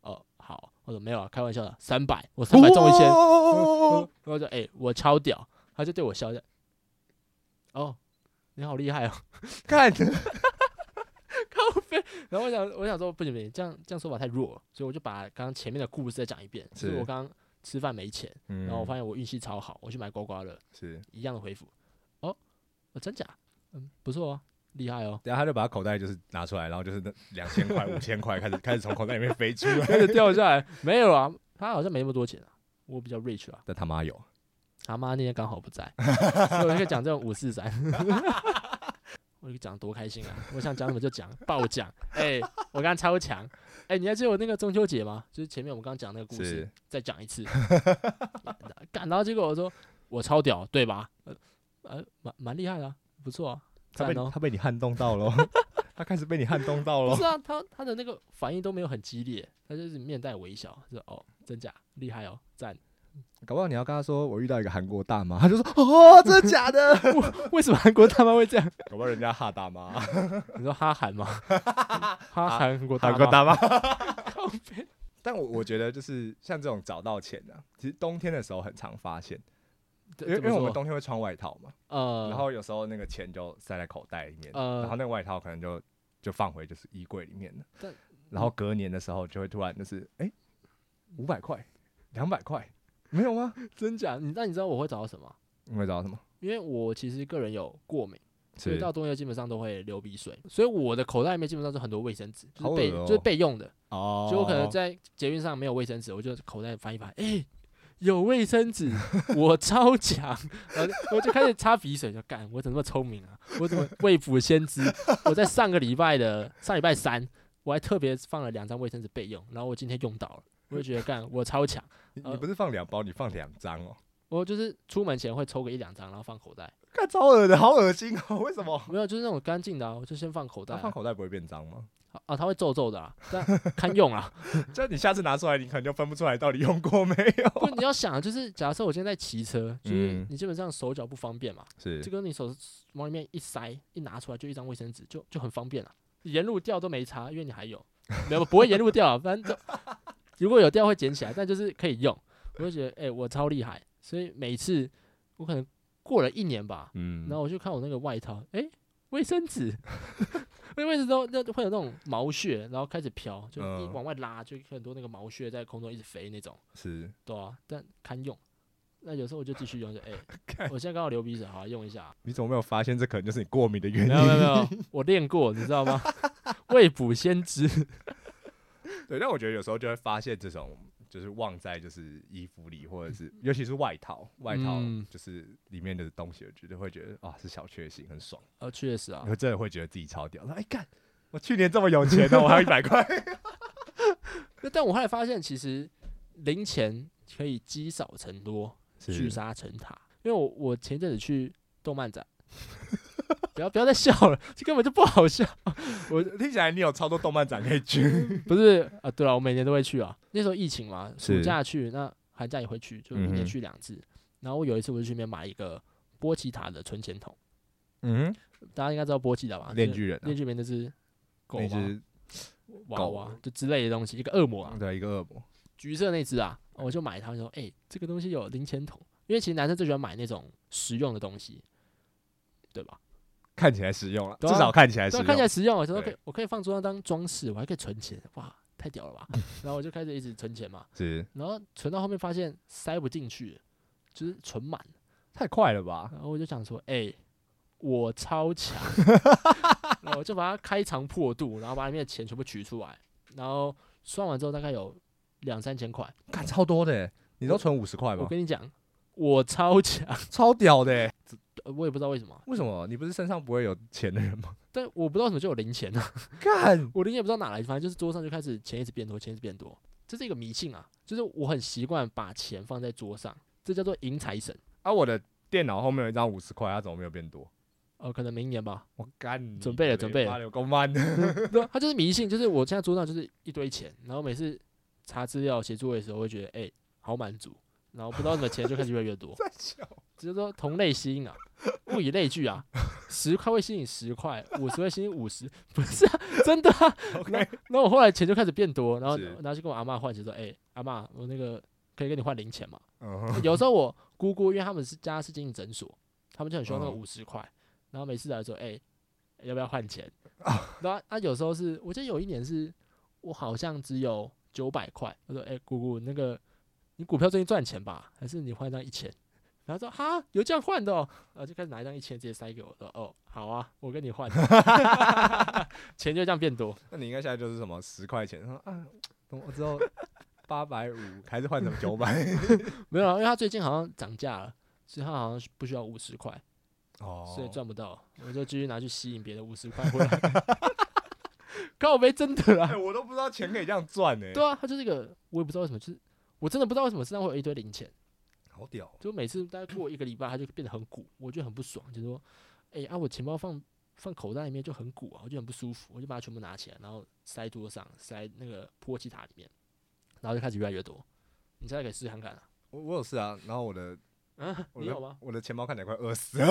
哦，好。我说没有啊，开玩笑的，三百，我三百中一千。千，然后就哎、我超屌，他就对我笑一下。哦，你好厉害哦，看，嗯靠背。然后我想，我想说不行不行，这样这样说法太弱了，所以我就把刚刚前面的故事再讲一遍。是就是我刚刚吃饭没钱，然然后我发现我运气超好，我去买刮刮乐，嗯是，。一样的回复。哦，哦真假？嗯，不错哦，厉害哦然后他就把口袋就是拿出来，然后就是两千块、五千块开始开始从口袋里面飞出来。 <laughs> 开始掉下来，没有 <laughs> 啊，他好像没那么多钱啊，我比较 rich 啊。但他妈有，他妈那天刚好不 <laughs> 在，所以我就可以讲这种五四三。 <laughs> 我就讲多开心啊！我想讲什么就讲，爆 <laughs> 讲。哎、我刚刚超强。哎、你还记得我那个中秋节吗？就是前面我们刚刚讲那个故事是，再讲 <laughs> 一次。干，然后结果我说我超屌，对吧？呃，呃蛮蛮厉害的啊、不错啊，他被赞哦他被你撼动到了，他开始被你撼动到不了是。啊，他他的那个反应都没有很激烈，他就是面带微笑，说哦，真假厉害哦，赞。 <laughs> 搞不好你要跟他说我遇到一个韩国大妈，他就说哦，真的假的？ <laughs> 为什么韩国大妈会这样？搞不好人家哈大妈， <laughs> 你说哈韩 <laughs> 吗？哈韩韩国大啊韩妈国大妈。 <laughs> 靠北但我我觉得就是像这种找到钱的、其实冬天的时候很常发现，因为因为我们冬天会穿外套嘛，呃，然后有时候那个钱就塞在口袋里面，呃然后那个外套可能就就放回就是衣柜里面了但。然后隔年的时候就会突然就是哎，五百块，两百块，没有吗？真假，你那你知道我会找到什么？你会找到什么？因为我其实个人有过敏，所以到冬天基本上都会流鼻水，所以我的口袋里面基本上是很多卫生纸，就好是备、恶哦就是备用的，哦，就我可能在捷运上没有卫生纸，我就口袋翻一翻，哎、有卫生纸， <laughs> 我超强，然后我就开始擦鼻水，就干，我怎么那么聪明啊？我怎么未卜先知？我在上个礼拜的上礼拜三，我还特别放了两张卫生纸备用，然后我今天用到了，我就觉得干我超强。你呃你不是放两包，你放两张哦，我就是出门前会抽个一两张，然后放口袋。看超恶的，好恶心哦，为 <laughs> 什么？没有，就是那种干净的、啊，我就先放口袋它啊、放口袋不会变脏吗？ <laughs> 啊啊，它会皱皱的啊，但堪用啊。 <laughs> 就你下次拿出来，你可能就分不出来到底用过没有。不，你要想，啊就是假设我今天在骑车，就是嗯你基本上手脚不方便嘛，是 <laughs> 就跟你手往里面一塞，一拿出来就一张卫生纸，就就很方便了、沿路掉都没差，因为你还有，没有不会沿路掉、啊，反正 <laughs> 就如果有掉会捡起来，但就是可以用。我就觉得，哎、我超厉害，所以每次我可能过了一年吧，嗯然后我就看我那个外套，哎、卫生纸， <laughs> 那卫生纸都那会有那种毛屑，然后开始飘，就一嗯往外拉，就很多那个毛屑在空中一直飞那种，是对啊，但堪用。那有时候我就继续用，就哎看，我现在刚好流鼻水，好用一下啊。你怎么没有发现这可能就是你过敏的原没有没有没因？ <laughs> 有，我练过，你知道吗？ <laughs> 未卜先知，对，但我觉得有时候就会发现这种就是忘在就是衣服里，或者是尤其是外套，外套嗯就是里面的东西，我觉得会觉得啊是小确幸，很爽，呃，确实 <laughs> 啊你，会真的会觉得自己超屌。然后哎干，我去年这么有钱的，我还有一百块。那但我后来发现，其实零钱可以积少成多，聚沙成塔。因为我我前一阵子去动漫展， <laughs> 不要不要再笑了，这根本就不好笑。 <laughs> 我 <laughs> 听起来你有超多动漫展可以 <laughs> 去，不是啊，对了，我每年都会去啊。那时候疫情嘛，暑是假去，那寒假也会去，就一嗯年哼去两次。然后我有一次我就去那边买一个波奇塔的存钱筒，嗯，大家应该知道波奇塔吧？炼就是巨人、啊链，锯里面那只狗那嘛，只娃狗娃啊就之类的东西，一个恶魔啊，对一个恶魔，橘色那只啊，我就买它，我就说哎、这个东西有零钱筒，因为其实男生最喜欢买那种实用的东西，对吧？看起来实用了，至对啊少看起来实对啊，用。看起来实用，我说可以对，我可以放桌上当装饰，我还可以存钱，哇，太屌了吧！然后我就开始一直存钱嘛，是然后存到后面发现塞不进去，就是存满，太快了吧？然后我就想说，哎、我超强，然后我就把它开肠破肚，然后把里面的钱全部取出来，然后算完之后大概有两三千块。看超多的欸，你都存五十块我吗？跟你讲，我超强，超屌的欸， <laughs> 呃我也不知道为什么，为什么？你不是身上不会有钱的人吗？但我不知道为什么就有零钱啊了、干，我零钱不知道哪来，反正就是桌上就开始钱一直变多，钱一直变多，这是一个迷信啊，就是我很习惯把钱放在桌上，这叫做迎财神。啊，我的电脑后面有一张五十块，它怎么没有变多？呃，可能明年吧， <laughs> 我干你，准备了准备了了，够慢的。 <laughs>，对啊，他就是迷信，就是我现在桌上就是一堆钱，然后每次查资料、写作业的时候，会觉得哎、好满足，然后不知道为什么钱就开始越来越多在笑，只是说同类吸引啊，物以类聚啊，十块会吸引十块，五十会吸引五十， <laughs> 不是啊，真的啊。 OK 然后然后我后来钱就开始变多，然后是拿去跟我阿嬷换钱，说哎、阿嬷，我那个可以跟你换零钱嘛？ <laughs> 嗯哼，有时候我姑姑，因为他们是家是经营诊所，他们就很喜欢那个嗯五十块，然后每次来说，哎、要不要换钱？ <laughs> 然后啊，有时候是我记得有一年是我好像只有九百块，我说，哎、姑姑，那个你股票最近赚钱吧？还是你换一张一千？然后说哈，有这样换的哦，然后就开始拿一张一千直接塞给我，说哦，好啊，我跟你 <laughs> 换， <laughs> 钱就这样变多。那你应该现在就是什么十块钱，说啊，我我之后八百五还是换成九 <laughs> 百？没有啊，因为他最近好像涨价了，所以他好像是不需要五十块，哦所以赚不到，我就继续拿去吸引别的五十块回来。 <laughs> 靠背真的哎啊，我都不知道钱可以这样赚呢，对啊，他就是一个，我也不知道为什么，就是我真的不知道为什么身上会有一堆零钱，好屌哦。就每次大概过一个礼拜，他就变得很鼓，我就很不爽，就说，哎、啊，我钱包放放口袋里面就很鼓啊，我就很不舒服，我就把它全部拿起来，然后塞桌上，塞那个破吉塔里面，然后就开始越来越多，你现在可以试试看看啊，我我有事啊，然后我的啊，我你的有吗？我的钱包看起来快饿 <laughs> 死了，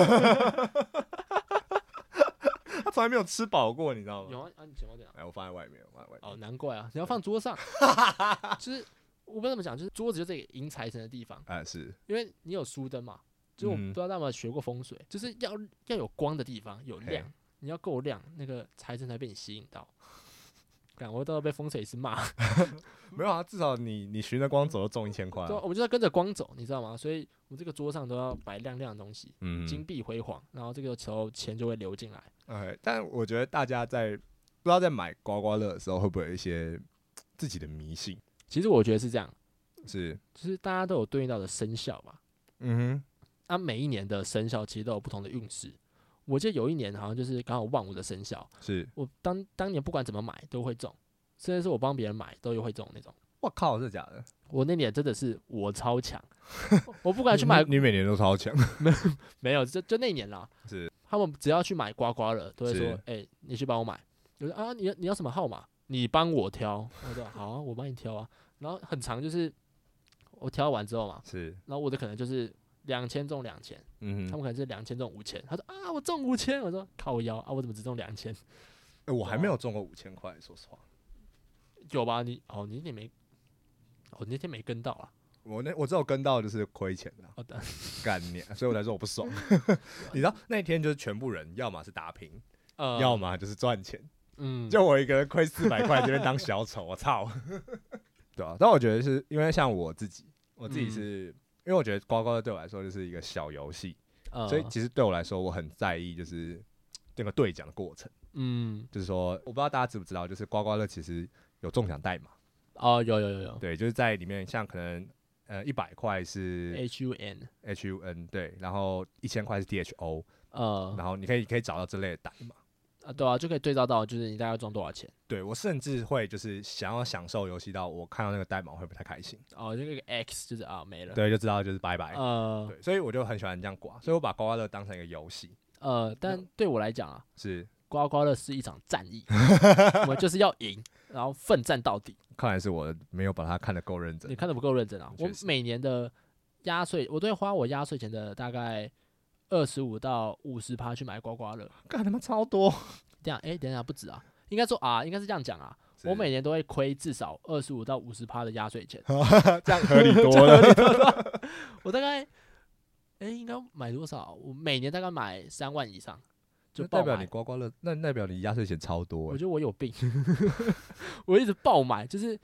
他从来没有吃饱过，你知道吗？有啊，啊，你钱包在哪？哎，我放在外面，我放在外面。哦，难怪啊，你要放桌 <laughs> 上，就是我不知道怎么讲，就是桌子就是一个迎财神的地方，哎、是因为你有书灯嘛，就是我嗯不知道大家有没有学过风水，就是要要有光的地方，有嘿亮，你要够亮，那个财神才被你吸引到。感我到时候被风水师骂，没有啊，至少你你循着光走就中一千块、对啊，啊我。们就要跟着光走，你知道吗？所以我们这个桌上都要摆亮亮的东西，嗯，金碧辉煌，然后这个时候钱就会流进来。哎，但我觉得大家在不知道在买刮刮乐的时候，会不会有一些自己的迷信？其实我觉得是这样，是，就是大家都有对应到的生肖嘛，嗯它啊每一年的生肖其实都有不同的运势。我记得有一年好像就是刚好旺我的生肖，哼，是，我当当年不管怎么买都会中，甚至是我帮别人买都有会中那种。我靠，这假的？我那年真的是我超强，我不管去 <laughs> 买你每年都超强，没有，就就那一年啦。是，他们只要去买刮刮乐，都会说是：“哎、你去帮我买。”我说：“啊，你要你要什么号码？你帮我挑。”我说：“好啊，我帮你挑啊。”然后很长就是我挑完之后嘛，是，然后我的可能就是两千中两千，嗯他们哼可能是两千中五千。他说：“啊，我中五千。”我说：“靠腰啊，我怎么只中两千？欸我还没有中过五千块，说实话，有吧？你哦，你那天没，哦，你那天没跟到啊。我那我只有跟到就是亏钱 <laughs> 的，哦，对，干你啊，所以我才说我不爽。 <laughs> 你知道那天就是全部人，要么是打平， <laughs> 呃，要么就是赚钱，嗯，就我一个人亏四百块，这边当小丑， <laughs> 我操！对啊，但我觉得是因为像我自己，我自己是、因为我觉得刮刮乐对我来说就是一个小游戏，呃所以其实对我来说我很在意就是这个兑奖的过程，嗯，就是说我不知道大家知不知道，就是刮刮乐其实有中奖代码，哦，有有有有对，就是在里面像可能呃一百块是，H U N， H U N 对，然后一千块是 D H O，呃，然后你可以可以找到这类的代码。啊，对啊，就可以对照到，就是你大概要装多少钱对我甚至会就是想要享受游戏到我看到那个代码我会不太开心，哦，就那个 X 就是啊没了，对，就知道就是拜拜。呃对，所以我就很喜欢这样刮，所以我把刮刮乐当成一个游戏，呃，但对我来讲啊，是刮刮乐是一场战 <laughs> 役，我们就是要赢，然后奋战到底。看来是我没有把它看得够认你真。看的不够认真啊，我确实每年的压岁，我都会花我压岁钱的大概二十五到五十趴去买刮刮乐。干他妈超多！这样，哎，等一下不止啊，应该说啊，应该是这样讲啊， <laughs> 我每年都会亏至少二十五到五十趴的压 <laughs> 岁钱。这样合理多了，我大概，哎、应该买多少？我每年大概买三万以上， <laughs> 就就代爆表买你。刮刮乐，那代表你压岁钱超多我欸。觉得我有病， <laughs> 我一直爆买，就是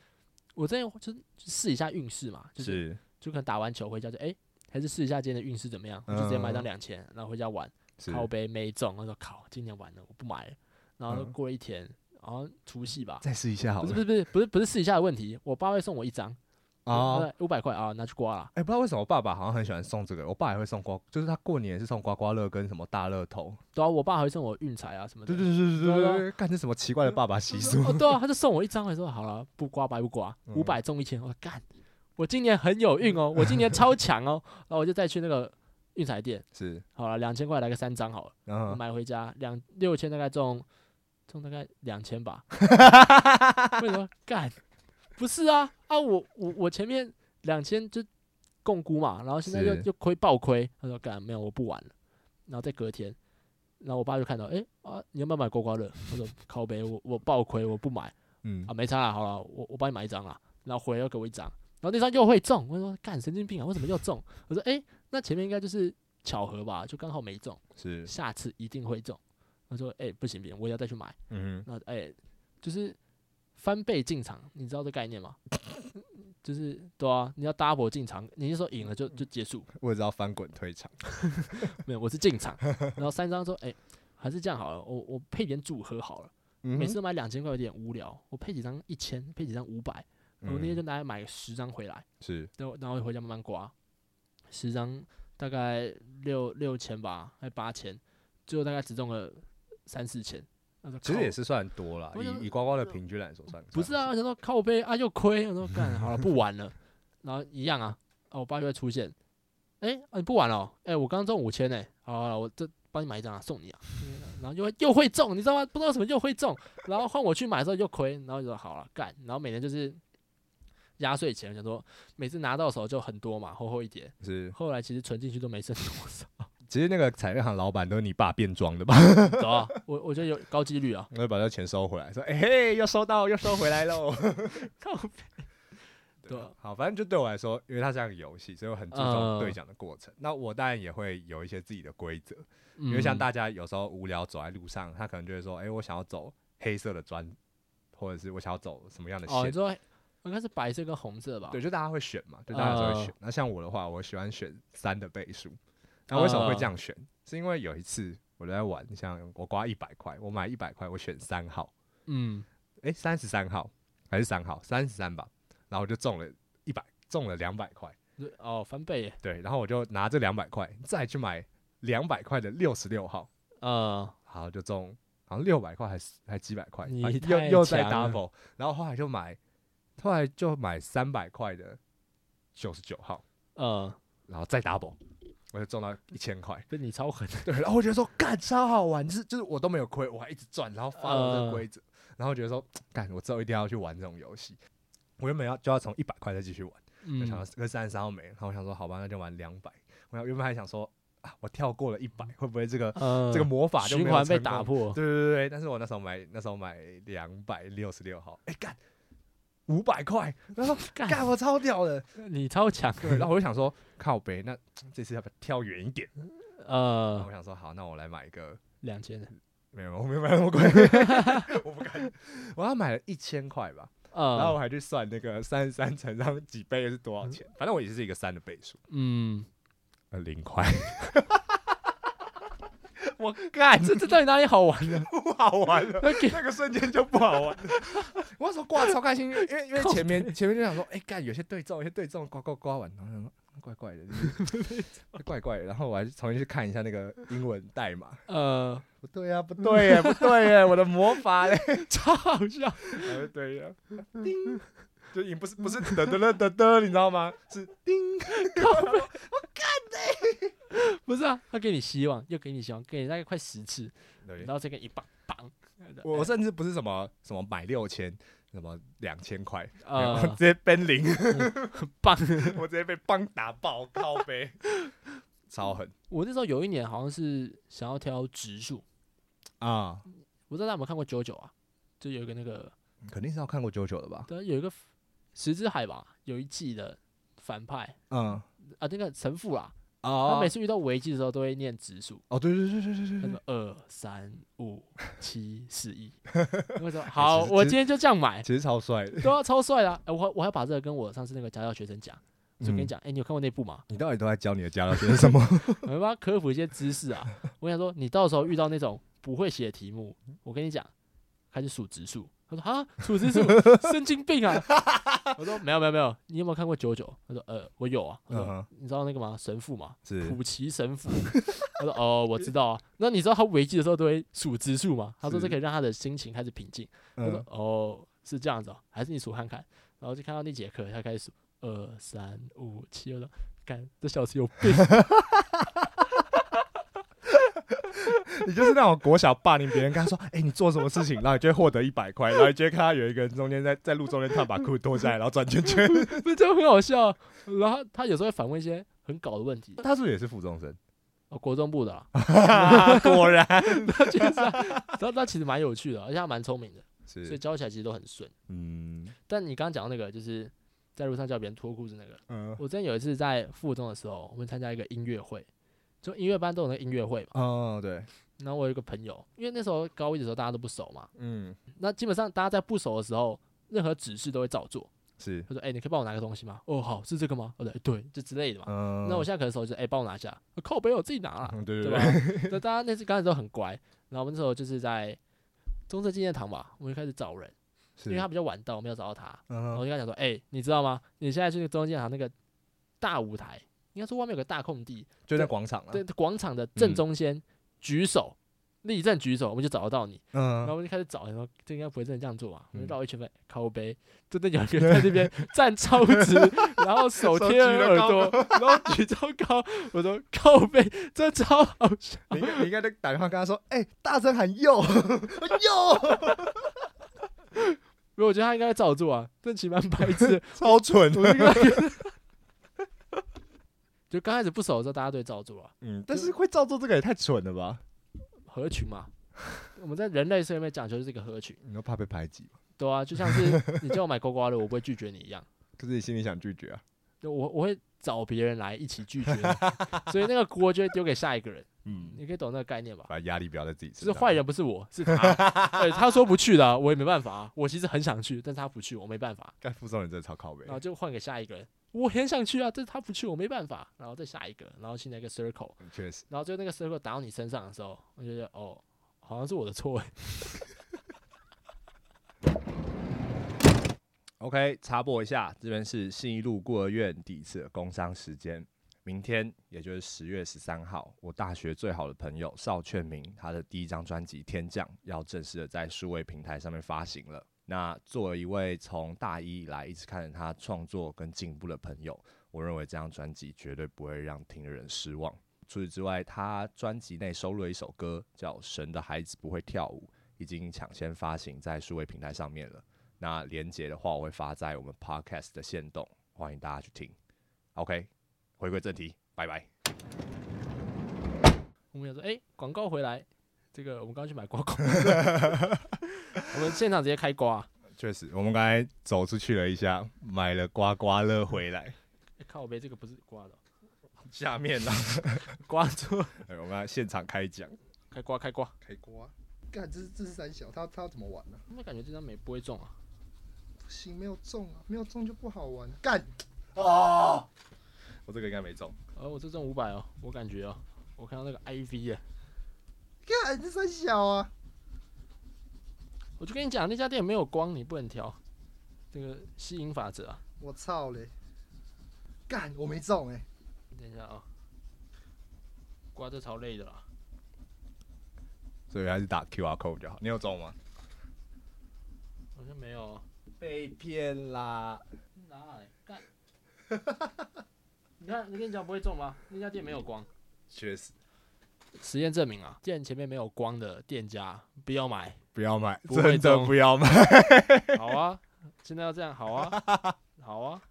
我在就是就试一下运势嘛，就是是就可能打完球回家就哎、还是试一下今天的运势怎么样，我就直接买张两千，然后回家玩，嗯是靠背没中，我说靠，今年完了，我不买了。然后嗯过了一天，然后除夕吧，再试一下好不是了不。是不是不是不是试一下的问题，我爸会送我一张啊，五百块啊，拿去刮了。哎、不知道为什么我爸爸好像很喜欢送这个，我爸也会送刮，就是他过年也是送刮刮乐跟什么大乐透。对啊，我爸还会送我运财啊什么的对。对对对对啊对对，干这什么奇怪的爸爸习俗？ <laughs> 哦，对啊，他就送我一张，我说好了，不刮白不刮，嗯五百中一千，我说干，我今年很有运哦，我今年超强哦，然后我就再去那个运彩店，是，嗯好了，两千块来个三张好了，然后买回家两六千大概中中大概两千吧，为什么干？不是啊啊，我我我前面两千就共估嘛，然后现在又是又亏爆亏，他说干没有我不玩了，然后再隔天。然后我爸就看到，哎啊，你要不要买刮刮乐？我说靠北，我我爆亏，我不买。嗯啊，，没差啦，好了，我我帮你买一张啦，然后回来又给我一张，然后那张又会中，我说干神经病啊，为什么又中？我说诶，那前面应该就是巧合吧，就刚好没中，是，下次一定会中。我说诶，不行不行，我也要再去买。嗯那诶，就是翻倍进场，你知道这概念吗？ <laughs> 就是对啊，你要 double 进场，你是说赢了就就结束？哼，我也知道翻滚退场。没有，我是进 <laughs> 场，然后三张说诶，还是这样好了，我我配点组合好了。嗯每哼次都买两千块有点无聊，我配几张一千，配几张五百，我那天就嗯拿来买十张回来，是然后然后回家慢慢刮，十张大概六六千吧，还八千，最后大概只中了三四千。他说其实靠也是算多啦，我想以以刮刮乐平均来说算啊不是啊？我想说靠背啊又亏，我说干好了不玩了，然后一样啊，啊我爸就会出现，哎、啊你不玩了哦、哎、我刚中五千呢，好了我这帮你买一张啊送你啊， <laughs> 然后又会又会中，你知道吗？不知道为什么又会中，然后换我去买的时候又亏，然后就说好了干，然后每年就是压岁钱，我想说每次拿到手就很多嘛，厚厚一叠，是，后来其实存进去都没剩多少， <laughs> 其实那个彩票行老板都是你爸变装的吧？ <laughs> 走啊，我我觉得有高几率啊，我就把这钱收回来，说哎、嘿，又收到，又收回来喽。靠背， <laughs> 对对啊，好，反正就对我来说，因为它是样游戏，所以我很注重嗯兑奖的过程。那我当然也会有一些自己的规则，因因为像大家有时候无聊走在路上，他可能就会说：“哎、我想要走黑色的砖，或者是我想要走什么样的哦，你线。说应该是白色跟红色吧？对，就大家会选嘛，就大家都会嗯选。那像我的话，我喜欢选三的倍数。那为什么会这样选？是因为有一次我在玩，像我刮一百块，我买一百块，我选三号，嗯，哎、三十三号还是三号，三十三吧，然后我就中了一百，中了两百块。对哦，翻倍耶，对，然后我就拿这两百块再去买两百块的六十六号，呃，然后就中，好像六百块还是还几百块，你反正太又又再强了 double，然后后来就买后来就买三百块的九十九号，嗯，然后再 double，我就中到一千块。不是你超狠的，对，然后我觉得说干超好玩，就是就是我都没有亏，我还一直赚，然后发了这个规则，然后我觉得说干，我之后一定要去玩这种游戏。我原本要就要从一百块再继续玩，我想到嗯，这个三十三号没，然后我想说好吧，那就玩两百。我想原本还想说啊，我跳过了一百，会不会这个、嗯这个魔法就没循有环被成功打破，对对对，但是我那时候买那时候买两百六十六号，哎干五百块，然后干我超屌的，你超强，对，然后 <laughs> 我就想说靠北，那这次要不要跳远一点？然后呃我，想说好，那我来买一个，两千，没有，我没有买那么贵， <laughs> 我不敢，我要买了一千块吧，然后呃，我还去算那个三十三乘上几倍是多少钱，反正我也是一个三的倍数，嗯，嗯呃零块， <laughs> 我干，这这到底哪里好玩呢？ <laughs> 不好玩了。那给那个瞬间就不好玩。 <laughs> 我那时候挂超开心，因为因为因为前面前面就想说，哎、干有些对中，有些对中，刮刮刮完，然后想说嗯怪怪的，就是怪怪的。然后我还重新去看一下那个英文代码，呃，不对啊，不对耶， <laughs> 不对耶，我的魔法 <laughs> 嘞，超好笑，不对呀、叮，就也不是不是得得得得得，你知道吗？是叮，不是啊，他给你希望，又给你希望，给你大概快十次，对然，后这个一棒棒，我我甚至不是什么什么买六千，什么两千块，我呃直，接奔零。嗯棒， <laughs> 我直接被棒打爆，靠背，超狠我那时候有一年好像是想要挑植树，啊！我不知道大家有没有看过九九啊，就有一个那个，肯定是要看过九九的吧？对，啊有一个石之海吧，有一季的反派嗯啊，那个神父啦，他哦每次遇到危机的时候都会念植树，哦，对对对对对他对说二三五七四一，我 <laughs> 说好，其实我其实今天就这样 <laughs> 买，其实超帅的。对啊，超帅的啊、哎我还我还把这个跟我上次那个家教学生讲，我就跟你嗯讲，哎、你有看过那部吗？你到底都在教你的家教学 <laughs> 生什么？我们帮他科普一些知识啊。我想说，你到时候遇到那种不会写的题目，我跟你讲，开始数植树。他说啊，数植树，神经病啊！ <laughs> 我说没有没有没有，你有没有看过九九？他说呃，我有啊。我说、嗯哼你知道那个吗？神父嘛，是普奇神父。 <laughs> 他说哦，我知道啊。那你知道他危机的时候都会数植树吗？他说是这可以让他的心情开始平静。我说嗯，哦，是这样子哦，还是你数看看。然后就看到那节课，他开始数二三五七，我说干，这小子有病。你就是那种国小霸凌别人，跟他说：“哎，你做什么事情？”然后你就会获得一百块，然后你就会看到有一个人中间在在路中间，他把裤脱下来，然后转圈 <laughs> 圈。 <laughs> 不是就很好笑。然后他有时候会反问一些很搞的问题，他是不是也是附 <laughs> 中生？哦，国中部的 <laughs> 啦，啊果然他其实他啊他他其实蛮有趣的，而且他蛮聪明的，所以是，教起来其实都很顺。嗯但你刚刚讲到那个，就是在路上叫别人脱裤子那个，嗯我之前有一次在附中的时候，我们参加一个音乐会，就音乐班都有那个音乐会嘛。哦，对，然后我有一个朋友，因为那时候高一的时候大家都不熟嘛，嗯那基本上大家在不熟的时候，任何指示都会照做。是，他说：“哎、你可以帮我拿个东西吗？”哦，好，是这个吗？哦，对对，就之类的嘛。嗯，那我现在可能手就是哎，帮、我拿一下，靠背我哦自己拿啊啦。嗯对对对吧对，？ <laughs> 那大家那次刚开始都很乖，然后我们那时候就是在中正纪念堂吧，我们就开始找人，是因为他比较晚到，我没有找到他，然嗯后我哼就跟他讲说，哎、你知道吗？你现在去那个中正纪念堂那个大舞台，应该说外面有个大空地，就在广场了，啊对，广场嗯的正中间举手。立正举手，我们就找得到你。然后我嗯，们就开始找，然后这应该不会真的这样做嘛？我们就嗯绕一圈呗，靠背，真的有一个人在那边站超直，然后手手贴举耳得高朵， <laughs> 然后举超高。我说靠背，这超好笑。你应该你应该就打电话跟他说，哎、大声喊 <laughs> 哦哟哟，没有，我觉得他应该照做啊，但其实蛮白痴的。 <laughs> 超 <laughs> 蠢我就跟他觉得就刚开始不熟的时候，大家都会照做啊，嗯，但是会照做这个也太蠢了吧？合群嘛。我们在人类社会里面讲求就是一个合群，你都怕被排挤吗？对啊，就像是你叫我买刮刮乐，我不会拒绝你一样，可是你心里想拒绝啊？就我我会找别人来一起拒绝你，所以那个锅就会丢给下一个人，嗯，你可以懂那个概念吧？把压力不要在自己就身是上。坏人不是我，是他，对，他说不去的啊、我也没办法、啊，我其实很想去，但是他不去，我没办法。该附中人真的超靠背然。后就换给下一个人。我很想去啊，但是他不去，我没办法。然后再下一个，然后现在一个 circle，确实，然后最后那个 circle 打到你身上的时候，我就觉得哦，好像是我的错欸。 OK，插播一下，这边是信义路孤儿院第一次的工商时间。明天，也就是十月十三号，我大学最好的朋友邵劝明他的第一张专辑《天降》要正式的在数位平台上面发行了。那作为一位从大一以来一直看着他创作跟进步的朋友，我认为这张专辑绝对不会让听的人失望。除此之外，他专辑内收录了一首歌叫《神的孩子不会跳舞》，已经抢先发行在数位平台上面了。那连接的话，我会发在我们 Podcast 的线动，欢迎大家去听。OK，回归正题，拜拜。我们想说，哎、广告回来，这个我们刚刚去买瓜瓜， <laughs> 我们现场直接开瓜、确实，我们刚才走出去了一下，买了刮刮乐回来。欸靠呗，这个不是瓜的哦， <laughs> 下面啊呢，瓜住，哎我们来现场开奖。开瓜开瓜，开锅。干，这是这是三小，他他要怎么玩呢、我们感觉这张没不会中啊，不行，没有中啊，没有中就不好玩。干，啊我这个应该没中，而、我这中五百哦，我感觉哦，我看到那个 IV 耶，干，这三小啊，我就跟你讲，那家店没有光，你不能调，这个吸引法则啊，我操嘞！干，我没中哎、等一下啊、瓜这超累的啦，所以还是打 QR code 就好。你有中吗？好像没有哦，被骗啦！哪来干？你看，我跟你讲不会中吗？那家店没有光。确实，实验证明啊，店前面没有光的店家不要买。不要买，不会真的中不要买。好啊，现在要这样，好啊，好啊。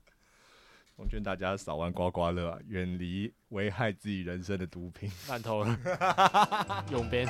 我劝大家少玩刮刮乐、啊，远离危害自己人生的毒品。烂透了，永边。